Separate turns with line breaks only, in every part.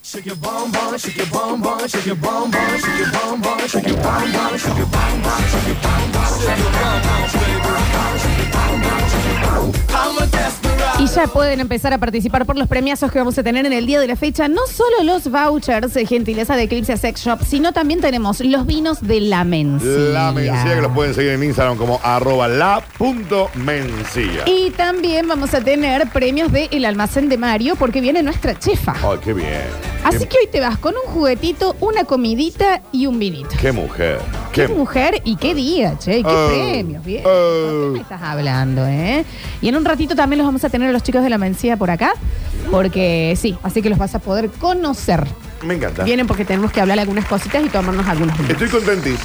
Shake your bum bum, shake your bum bum, shake your bum bum, shake your bum bum, shake your bum bum, shake your bum bum, shake your bum bum, shake your bum bum, shake your bum bum, shake your bum bum, shake your bum bum. I'm a desperado.
Y ya pueden empezar a participar por los premiazos que vamos a tener en el día de la fecha. No solo los vouchers de gentileza de Eclipse Sex Shop, sino también tenemos los vinos de la mencía.
La Mencía, que lo pueden seguir en Instagram como arroba la punto mencía.
Y también vamos a tener premios de El Almacén de Mario, porque viene nuestra chefa.
Ay, qué bien.
Así
Oh, qué,
que hoy te vas con un juguetito, una comidita y un vinito.
Qué mujer.
Qué
mu-
mujer y qué día, che, y qué
Ah,
premios, bien.
ah.
¿Por qué me estás hablando, eh? Y en un ratito también los vamos a tener a los chicos de la Mencía por acá, porque sí, así que los vas a poder conocer.
Me encanta.
Vienen porque tenemos que hablar algunas cositas y tomarnos algunos vinos.
Estoy contentis.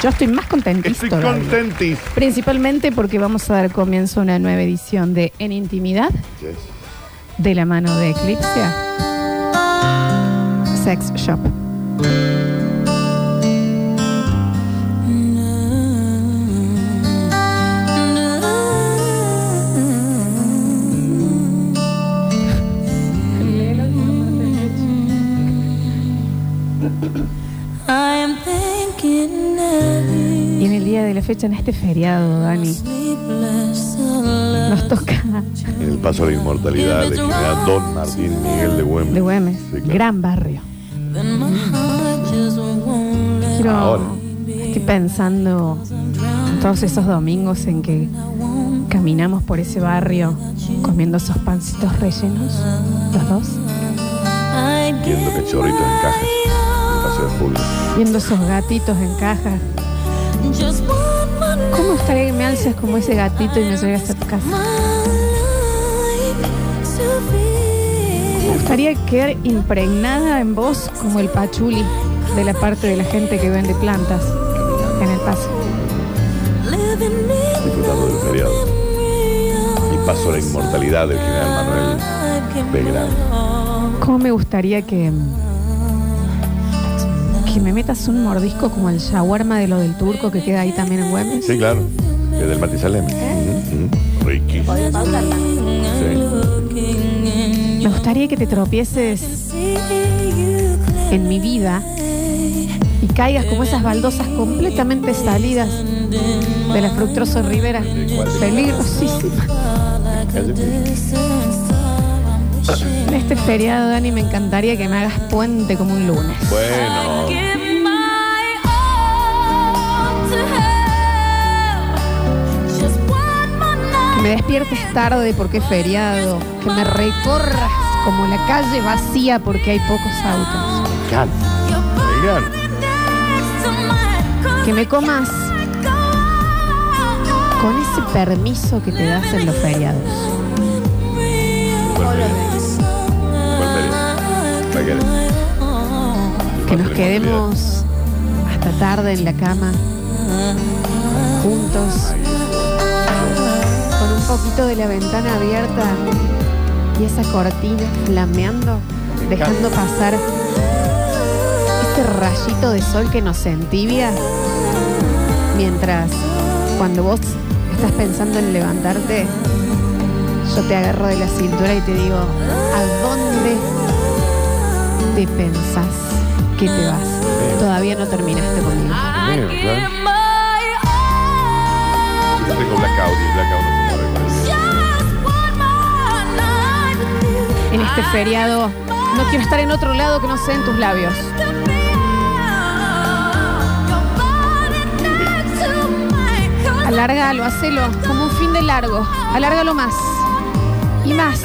Yo estoy más contentito.
Estoy
todavía.
contentis.
Principalmente porque vamos a dar comienzo a una nueva edición de En Intimidad,
Yes.
de la mano de Eclipse Sex Shop.
I am thinking of you.
Y en el día de la fecha, en este feriado, Dani,
Sleepless alone.
nos toca
En el paso a la inmortalidad de general Don Martín Miguel de Güemes.
de Güemes,
Sí, claro.
gran barrio.
Then my heart just won't let
Quiero-
Ahora.
estoy pensando
I'm drowned.
en todos esos domingos en que
I won't
caminamos por ese barrio comiendo esos pancitos rellenos, los dos,
I
Viendo
get
cachorritos en cajas. El
my
paso de julio.
viendo esos gatitos en caja.
own. Just want my
¿Cómo gustaría que me alces como ese gatito y me lleves a tu casa?
my life to
Me
be.
gustaría quedar impregnada en vos como el pachuli de la parte de la gente que vende plantas en el paso.
Living
Disfrutando del feriado. Y paso a la inmortalidad del general Manuel. Belgrano.
¿Cómo me gustaría que, que me metas un mordisco como el shawarma de lo del turco que queda ahí también en Güemes?
Sí, claro. Es del Matizalem.
¿Eh?
Riquísimo. Sí.
Me gustaría que te tropieces en mi vida y caigas como esas baldosas completamente salidas de la fructuosa ribera. Peligrosísima.
Calle.
En este feriado, Dani, me encantaría que me hagas puente como un lunes.
Bueno.
Give my all to her. Just one more
Que
night.
me despiertes tarde porque es feriado. Que me recorras como la calle vacía porque hay pocos autos.
Can.
Your
Belgrano.
body next to mine. 'Cause
Que me comas
I go
con ese permiso que te das en los feriados.
¿Cuál feria? ¿Cuál feria?
Que nos quedemos hasta tarde en la cama. Juntos. Con un poquito de la ventana abierta y esa cortina flameando, dejando pasar este rayito de sol que nos entibia. Mientras, cuando vos estás pensando en levantarte, yo te agarro de la cintura y te digo, ¿a dónde te pensás que te vas? Todavía no terminaste conmigo.
Bien,
Give
claro.
my all
Yo tengo blackout y blackout no se mueve.
Just one more night with you.
En este feriado, no quiero estar en otro lado que no sea en tus labios.
To be your body next to mine. 'Cause
Alárgalo, hacelo como un fin de largo. Alárgalo más. Y más.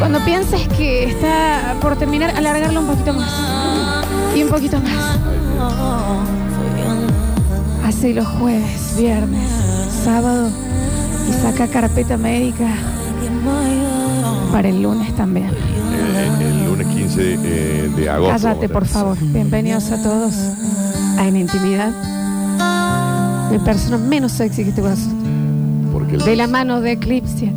Cuando pienses que está por terminar, alargarlo un poquito más. Y un poquito más. Hacelo jueves, viernes, sábado. Y saca carpeta médica para el lunes también.
Eh, el lunes 15 de, eh, de agosto.
Cállate, por favor. Bienvenidos a todos a En Intimidad. La persona menos sexy que te conoces.
Porque el,
De la mano de Eclipse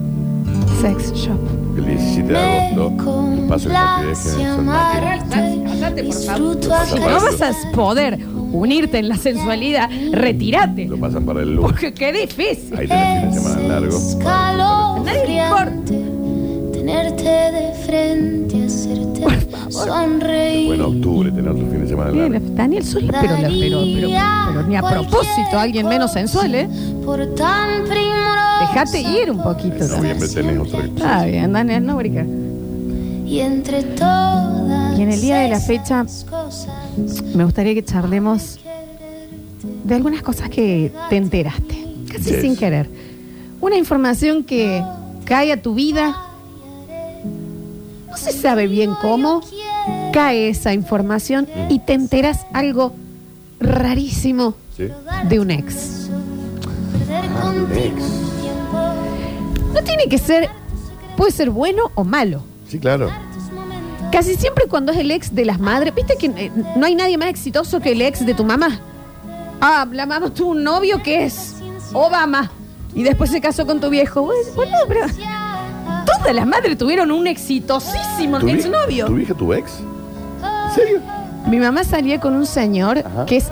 Sex Shop.
el 17 de agosto, el paso que nos pide es que en San Martín.
Disfruto
Lo
No vas
pasan para
a poder unirte en la sensualidad. Retírate.
el, lo pasan para el lunes. Ah,
Porque qué difícil.
Ahí tenés fin de semana largo.
calor
Nadie le
friante.
importa.
Te Tenerte de frente, hacerte sonreír.
Bueno, octubre, tener otro fin de semana largo.
Bien, Daniel Solís, pero, la- pero, pero, pero ni a propósito, alguien menos sensual, ¿eh?
Por tan primorosa
Dejate ir un poquito. Ah.
En noviembre tenés otra
Está bien, Daniel, no brica.
Y entre todas.
Y en el día de la fecha-
esas cosas,
Me gustaría que charlemos de algunas cosas que te enteraste, casi
Yes.
sin querer. Una información que cae a tu vida, no se sabe bien cómo, cae esa información y te enteras algo rarísimo
¿Sí?
de un ex.
perder
Ah,
contigo
ex.
el tiempo,
No tiene que ser, puede ser bueno o malo.
Sí, claro.
tus momentos.
Casi siempre cuando es el ex de las madres, viste que eh, no hay nadie más exitoso que el ex de tu mamá. Ah, la mamá tuvo un novio que es Obama y después se casó con tu viejo. Bueno, boludo, pero todas las madres tuvieron un exitosísimo
¿Tu
ex
vieja- ¿Tu
novio.
hija, tu ex? ¿En serio?
Mi mamá salía con un señor
Ajá.
que es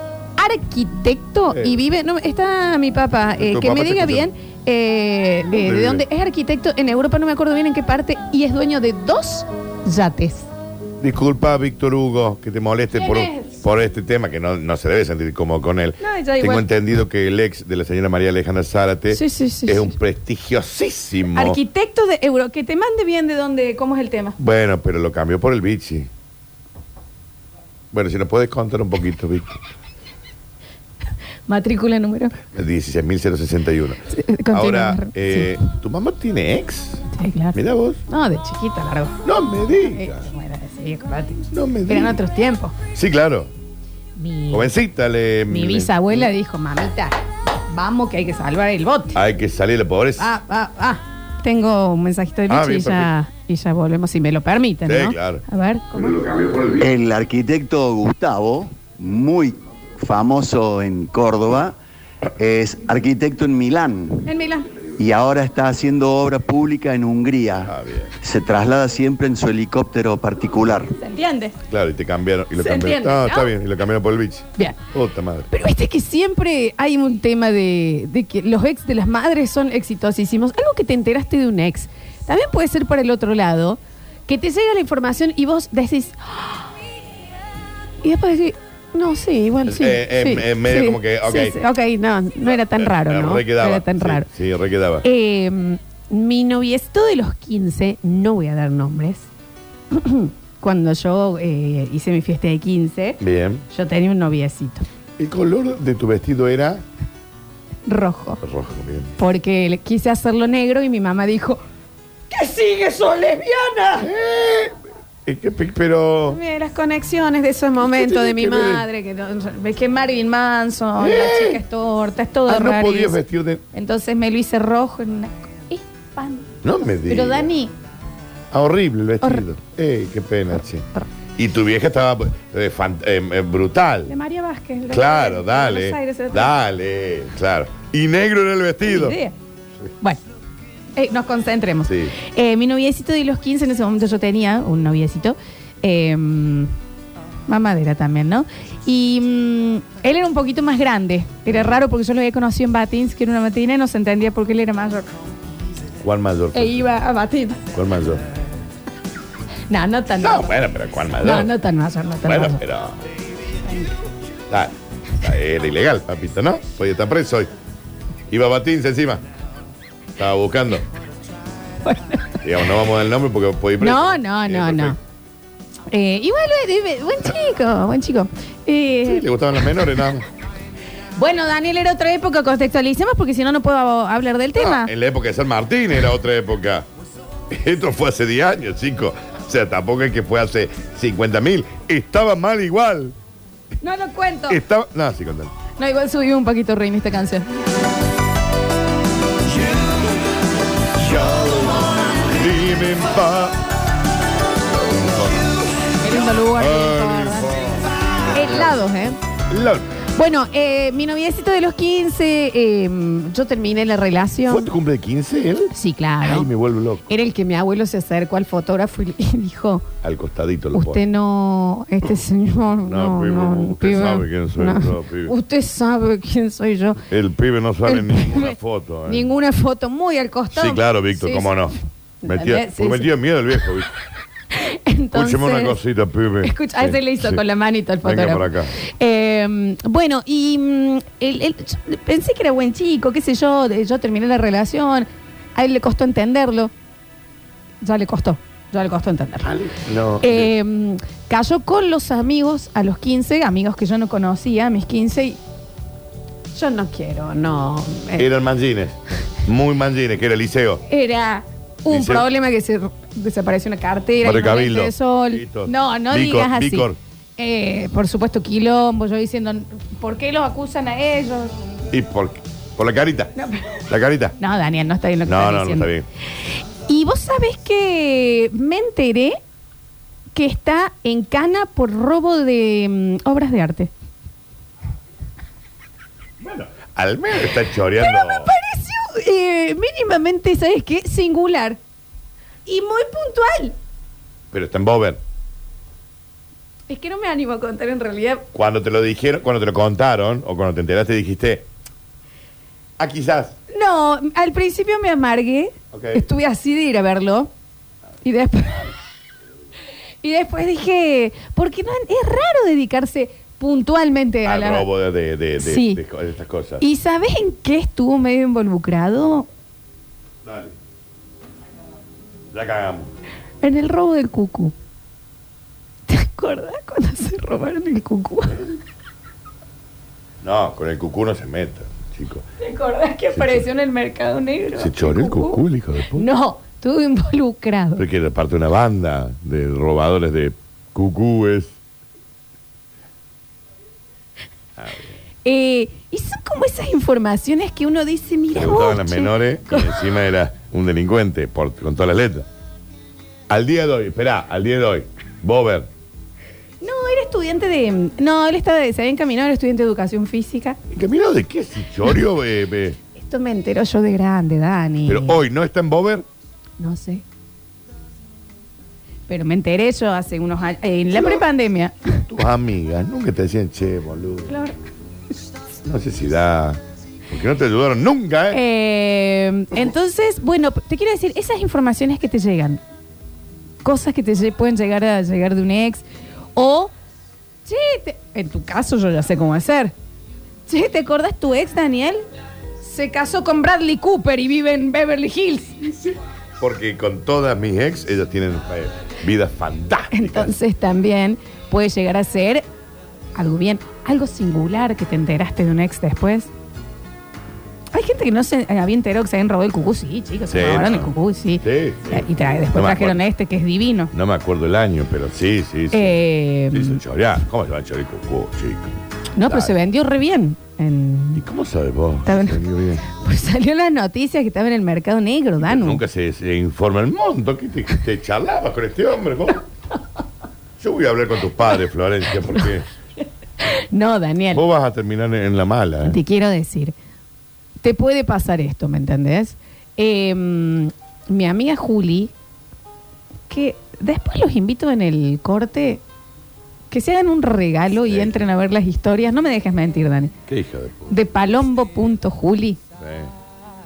arquitecto
Eh.
y vive, no, está mi papá, eh,
Tu
que
papá
me
te
diga
escucha.
bien eh, eh,
¿Dónde
de
vive?
dónde es arquitecto en Europa, no me acuerdo bien en qué parte, y es dueño de dos yates.
Disculpa, Víctor Hugo, que te moleste
¿Quién
por,
es?
por este tema, que no, no se debe sentir como con él.
No, ya
Tengo
igual.
entendido que el ex de la señora María Alejandra Zárate
Sí, sí, sí,
es
sí.
un prestigiosísimo.
Arquitecto de Euro, que te mande bien de dónde, cómo es el tema.
bueno, pero lo cambió por el bichi. Bueno, si nos puedes contar un poquito, Víctor.
Matrícula número.
16.061.
Sí, continúa.
Ahora, eh, ¿tu mamá tiene ex?
Sí, claro.
Mira vos.
No, de chiquita, largo.
No me
Eh,
digas.
bueno, sí, acordate.
No me
Eran
digas.
otros tiempos.
Sí, claro.
Mi,
Jovencita, le.
mi
le-
bisabuela dijo, mamita, vamos que hay que salvar el bote.
Hay que salir de la pobreza.
Ah, ah, ah. Tengo un mensajito de Luchi
Ah,
y,
bien,
ya, y ya volvemos, si me lo permiten,
Sí,
¿no?
claro.
A ver, ¿cómo?
El arquitecto Gustavo, muy famoso en Córdoba, es arquitecto en Milán
En Milán.
y ahora está haciendo obra pública en Hungría.
Ah, bien.
Se traslada siempre en su helicóptero particular.
¿Se entiende?
Claro, y te cambiaron. Y lo
Se
cambiaron.
entiende,
Ah,
¿no?
está bien, y lo cambiaron por el bichi.
Bien.
Puta madre.
Pero viste que siempre hay un tema de, de que los ex de las madres son exitosísimos. Algo que te enteraste de un ex. También puede ser para el otro lado, que te llega la información y vos decís. "Ah". Y después decís, no, sí, igual sí.
Eh, eh,
sí,
eh, medio como que, ok.
sí, sí, ok, no, no era tan raro,
Eh,
¿no?
Re quedaba.
No era tan
Sí,
raro.
Sí, re quedaba.
Eh, mi noviecito de los 15, no voy a dar nombres. Cuando yo eh, hice mi fiesta de 15,
Bien.
yo tenía un noviecito
El color de tu vestido era
rojo.
rojo, bien.
porque le quise hacerlo negro y mi mamá dijo, ¿qué sigue, sos lesbiana?
Eh, que pe- Pero.
Mira, las conexiones de esos momentos de
tiene
mi
que ver? Eh.
madre, que, no- ves que Marilyn Manson, la chica es torta, es todo
Ah, no
rarísimo.
podías vestir de.
Entonces me lo hice rojo en una... espanto.
No me digas.
Pero Dani,
Ah, horrible el vestido. Ey, qué pena, che. Y tu vieja estaba eh, fan- eh, eh,
de
brutal.
María Vázquez. la-
Claro,
de Buenos
dale.
Aires, el otro-
Dale, claro. Y negro era el vestido.
Ni idea. Bueno, eh, nos concentremos.
Sí.
Eh, mi noviecito de los 15, en ese momento yo tenía un noviecito. eh, mamadera también, ¿no? Y mm, él era un poquito más grande. Era raro porque yo lo había conocido en Batins, que era una matina, y no se entendía porque él era mayor.
¿Cuál mayor?
E iba a Batins.
¿Cuál mayor?
No, no tan
No,
mayor.
bueno, pero ¿cuál mayor?
No, no tan mayor, no tan
Bueno,
mayor.
pero. Ah, era ilegal, papito, ¿no? Oye, está preso hoy. Iba Batins encima. Estaba buscando. Digamos, no vamos al nombre porque puede ir preso.
No, no,
Sí,
no, no.
perfecto.
Eh, igual, eh, buen chico, buen chico. Eh,
Sí, le gustaban las menores, nada más.
Bueno, Daniel, era otra época, contextualicemos porque si no, no puedo hablar del tema.
No, Ah, en la época de San Martín era otra época. Esto fue hace 10 años, chicos. O sea, tampoco es que fue hace 50 mil. Estaba mal igual.
No lo cuento.
Estaba. No, sí, contame.
No, igual subí un poquito rim esta canción.
Dime en paz.
Qué lindo lugar. qué lindo lugar. Helados, ¿eh?
La-
Bueno, eh, mi noviecito de los 15, eh, yo terminé la
¿Fue
relación.
tu cumple de 15 él?
Sí,
Ay,
claro.
me vuelvo loco.
Era el que mi abuelo se acercó al fotógrafo y y dijo,
Al costadito lo
usted
pone.
no, este señor, no, no,
pibe, usted
pibe,
sabe quién soy
no.
yo, pibe.
Usted sabe quién soy yo.
El pibe no sale
El
ninguna
pibe-
foto. eh.
Ninguna foto, muy al costado.
Sí, claro, Víctor,
Sí,
cómo
sí.
no. Metió,
¿entendés? Sí,
fue metido en miedo el viejo, ¿viste?
sí. Entonces,
Escúcheme una cosita, pibe.
Escucha, ahí
Sí,
se le hizo
sí.
con la manito el
Venga
fotógrafo.
por acá.
Eh, bueno, y mm, el- el- yo pensé que era buen chico, qué sé yo, de- yo terminé la relación, a él le costó entenderlo. Ya le costó, ya le costó entenderlo.
Ah,
No.
Eh, cayó con los amigos a los 15, amigos que yo no conocía, a mis 15, y yo no quiero, no. Eh,
Eran manjines. Muy manjines, que era el liceo.
Era un
Dice-
problema que se r- desapareció una cartera,
Barrio
y unos
Cabildo,
lentes de sol.
Víctor,
No, no
Vícor,
digas así.
Vícor.
Eh, por supuesto, quilombo, yo diciendo, ¿por qué los acusan a ellos?
¿Y por qué? ¿Por la carita?
No, pero-
¿La carita?
No, Daniel, no está bien lo que
No,
estás
no, no
diciendo.
está bien.
Y vos sabés que me enteré que está en cana por robo de mm, obras de arte.
Al menos está choreando.
Pero me pareció eh, mínimamente, ¿sabes qué? Singular. Y muy puntual.
Pero está en Bober.
Es que no me animo a contar en realidad.
Cuando te lo dijeron, cuando te lo contaron, o cuando te enteraste, dijiste. Ah, quizás.
No, al principio me amargué.
Ok.
Estuve así de ir a verlo. Y después. y después dije, porque no es raro dedicarse puntualmente a
Al
la.
robo de, de, de, de-
Sí.
de co- de estas cosas.
¿Y sabes en qué estuvo medio involucrado?
Dale. Ya cagamos.
En el robo del cucú. ¿Te acuerdas cuando se robaron el cucú?
No, con el cucú no se meta, chico.
¿Te acordás que apareció en el mercado negro?
Se choreó el cucú, el hijo de puta.
No, estuvo involucrado.
Porque era parte de una banda de robadores de cucúes.
Eh, y son como esas informaciones que uno dice,
que
mira
Le
vos,
gustaban las
che,
menores y
co-
encima era un delincuente por- con todas las letras. Al día de hoy, esperá, al día de hoy, Bober,
No, era estudiante de... No, él estaba, se había encaminado, era estudiante de educación física.
¿encaminado de qué? Si Chorio, eh, eh,
Esto me enteró yo de grande, Dani.
pero hoy no está en Bober.
No sé. Pero me enteré yo hace unos años, en la prepandemia.
Tus amigas nunca te decían, che, boludo,
Flor.
no sé si da. Porque no te ayudaron nunca, ¿eh?
Eh, entonces, bueno, te quiero decir, esas informaciones que te llegan, cosas que te lle- pueden llegar a llegar de un ex, o, che, te- en tu caso yo ya sé cómo hacer. Che, ¿te acordás tu ex, Daniel? Se casó con Bradley Cooper y vive en Beverly Hills.
Porque con todas mis ex, ellas tienen eh, vidas fantásticas.
Entonces también puede llegar a ser algo bien, algo singular que te enteraste de un ex después. Hay gente que no se eh, había enterado que se habían robado el cucú, sí, chicos, se
Sí,
robaron
no.
el cucú, sí. Eh,
Sí, sí.
Y tra- después
No me
trajeron
acuerdo.
este que es divino.
No me acuerdo el año, pero sí, sí, sí.
Eh,
Sí, se chorea. ¿Cómo se va a chorear el cucú, chico?
no, pero se vendió re bien.
¿Y
En-
cómo sabes vos?
Está bien.
Se vio bien.
pues salió en las noticias que estaba en el mercado negro, Danu.
Nunca se, se informa el monto. ¿Qué te, te charlabas con este hombre? vos? Yo voy a hablar con tus padres, Florencia, porque
No, Daniel.
vos vas a terminar en, en la mala. ¿eh?
Te quiero decir, te puede pasar esto, ¿me entendés? Eh, mi amiga Juli, que después los invito en el corte, que se hagan un regalo y
Sí.
entren a ver las historias, no me dejes mentir, Dani,
Qué hija de puta.
de palombo.juli.
eh.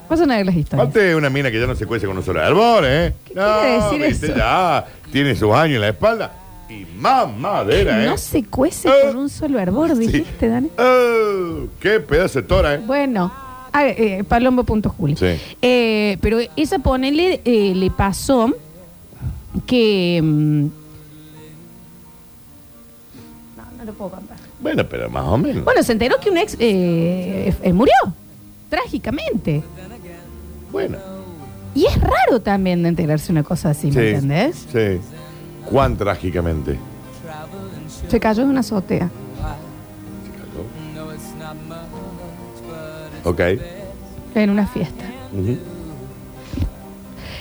Vayan a ver las historias.
Aparte, una mina que ya no se cuece con un solo árbol, ¿eh?
¿Qué
no,
quiere decir
viste,
eso?
ya tiene sus años en la espalda. Y mamadera, ¿eh?
No se cuece
Eh.
con un solo hervor,
Sí.
dijiste, Dani.
Oh, ¡Qué pedazo de tora, eh!
Bueno, a ver, eh, palombo.juli.
Sí.
Eh, pero esa ponele, eh, le pasó que... mm, No, no lo puedo contar.
Bueno, pero más o menos.
Bueno, se enteró que un ex eh, eh, murió, trágicamente.
Bueno.
Y es raro también de enterarse una cosa así, ¿me
Sí,
entendés?
Sí. ¿Cuán trágicamente?
Se cayó de una azotea.
Se cayó. Ok.
En una fiesta.
Ujú. Bueno,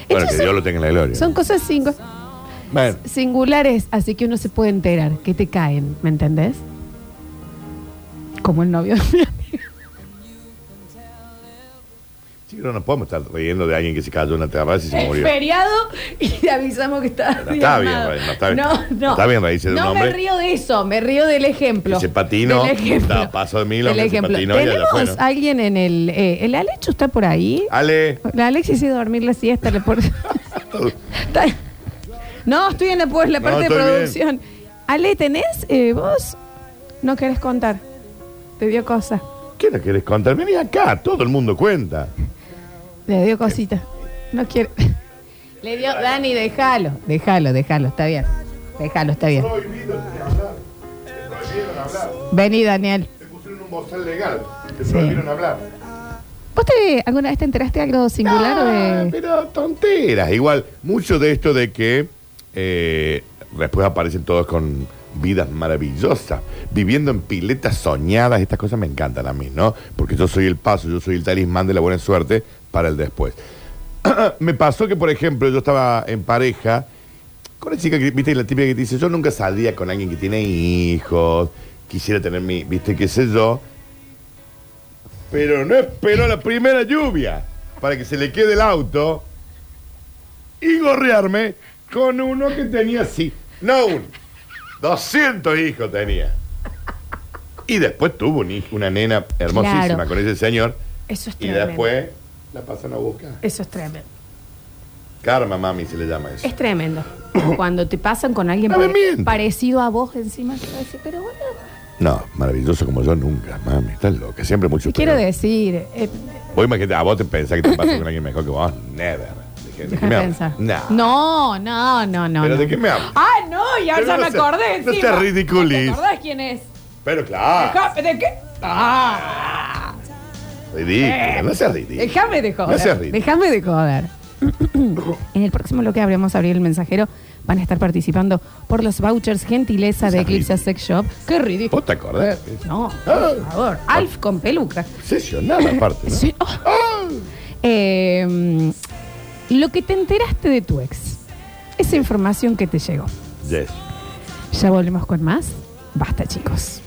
que
Entonces,
Dios lo tenga en la gloria.
Son cosas singu-
Bueno,
singulares, así que uno se puede enterar que te caen, ¿me entendés? Como el novio de mi amiga.
chicos, no nos podemos estar riendo de alguien que se cayó en una terraza y se
Es
murió.
feriado y te avisamos que está
No está bien,
armado.
no está bien.
No, no.
No está bien reírse de un
No
hombre.
me río de eso, me río del ejemplo.
Que se patinó,
Del ejemplo.
da paso de mil,
Del
hombre, se
ejemplo.
patinó y allá
Tenemos
fue, ¿no?
alguien en el... eh, el Alecho está por ahí.
Ale,
La Alexis hizo dormir la siesta. le por-
Estado.
Está- No, estoy en la, pu- la
No,
parte de
estoy bien.
producción. Ale, ¿tenés eh, vos? No querés contar. Te dio cosa.
¿Qué no querés contar? Vení acá, todo el mundo cuenta.
Le dio cosita. No quiere. Le dio. Dani, déjalo. Déjalo, déjalo. Está bien. Déjalo, está bien. Vení, Daniel.
Te pusieron un bozal legal. Te
Sí.
prohibieron hablar.
¿Vos te, alguna vez te enteraste de algo singular
Ah,
de.?
Pero tonteras. Igual, mucho de esto de que eh, después aparecen todos con vidas maravillosas, viviendo en piletas soñadas, estas cosas me encantan a mí, ¿no? Porque yo soy el paso, yo soy el talismán de la buena suerte para el después. me pasó que, por ejemplo, yo estaba en pareja con una chica que, viste, la típica que te dice, yo nunca salía con alguien que tiene hijos, quisiera tener mi, viste, qué sé yo. Pero no esperó la primera lluvia para que se le quede el auto y gorrearme con uno que tenía así. No uno. 200 hijos tenía. Y después tuvo un hijo, una nena hermosísima
Claro.
con ese señor.
Eso es
Y
tremendo.
después la pasan a buscar.
Eso es tremendo.
Karma, mami, se le llama eso.
Es tremendo. Cuando te pasan con alguien
No me
pare-
mientas.
parecido a vos encima, te vas a decir, pero bueno.
No, maravilloso como yo nunca, mami. Estás loca, siempre mucho
Te quiero
peor.
decir. eh,
Vos imagínate, a vos te pensás que te pasa con alguien mejor que vos. Never. ¿De qué, de qué
déjame
me hablas?
pensar.
No.
no, no, no, no.
¿Pero
no.
de qué me hablas?
Ah, no, ya,
Pero
ya
no
me
se-
acordé.
no
encima.
seas ridiculis.
¿No ¿Te acordás quién es?
Pero claro.
Dejá- ¿De qué? Ah, Eh,
Ridículo, no seas ridículo.
déjame de
No seas
joder.
ridículo.
Déjame de joder. en el próximo lo que abrimos abrir el mensajero. Van a estar participando por los vouchers gentileza de
seas
Eclipse
ridículo.
Sex Shop. Qué ridículo.
¿Vos te acordás?
No,
Ah.
por favor. Alf con peluca.
Obsesionada aparte, ¿no?
Sí. Oh. Eh, mm, lo que te enteraste de tu ex. Esa información que te llegó.
Yes.
Ya volvemos con más. Basta, chicos.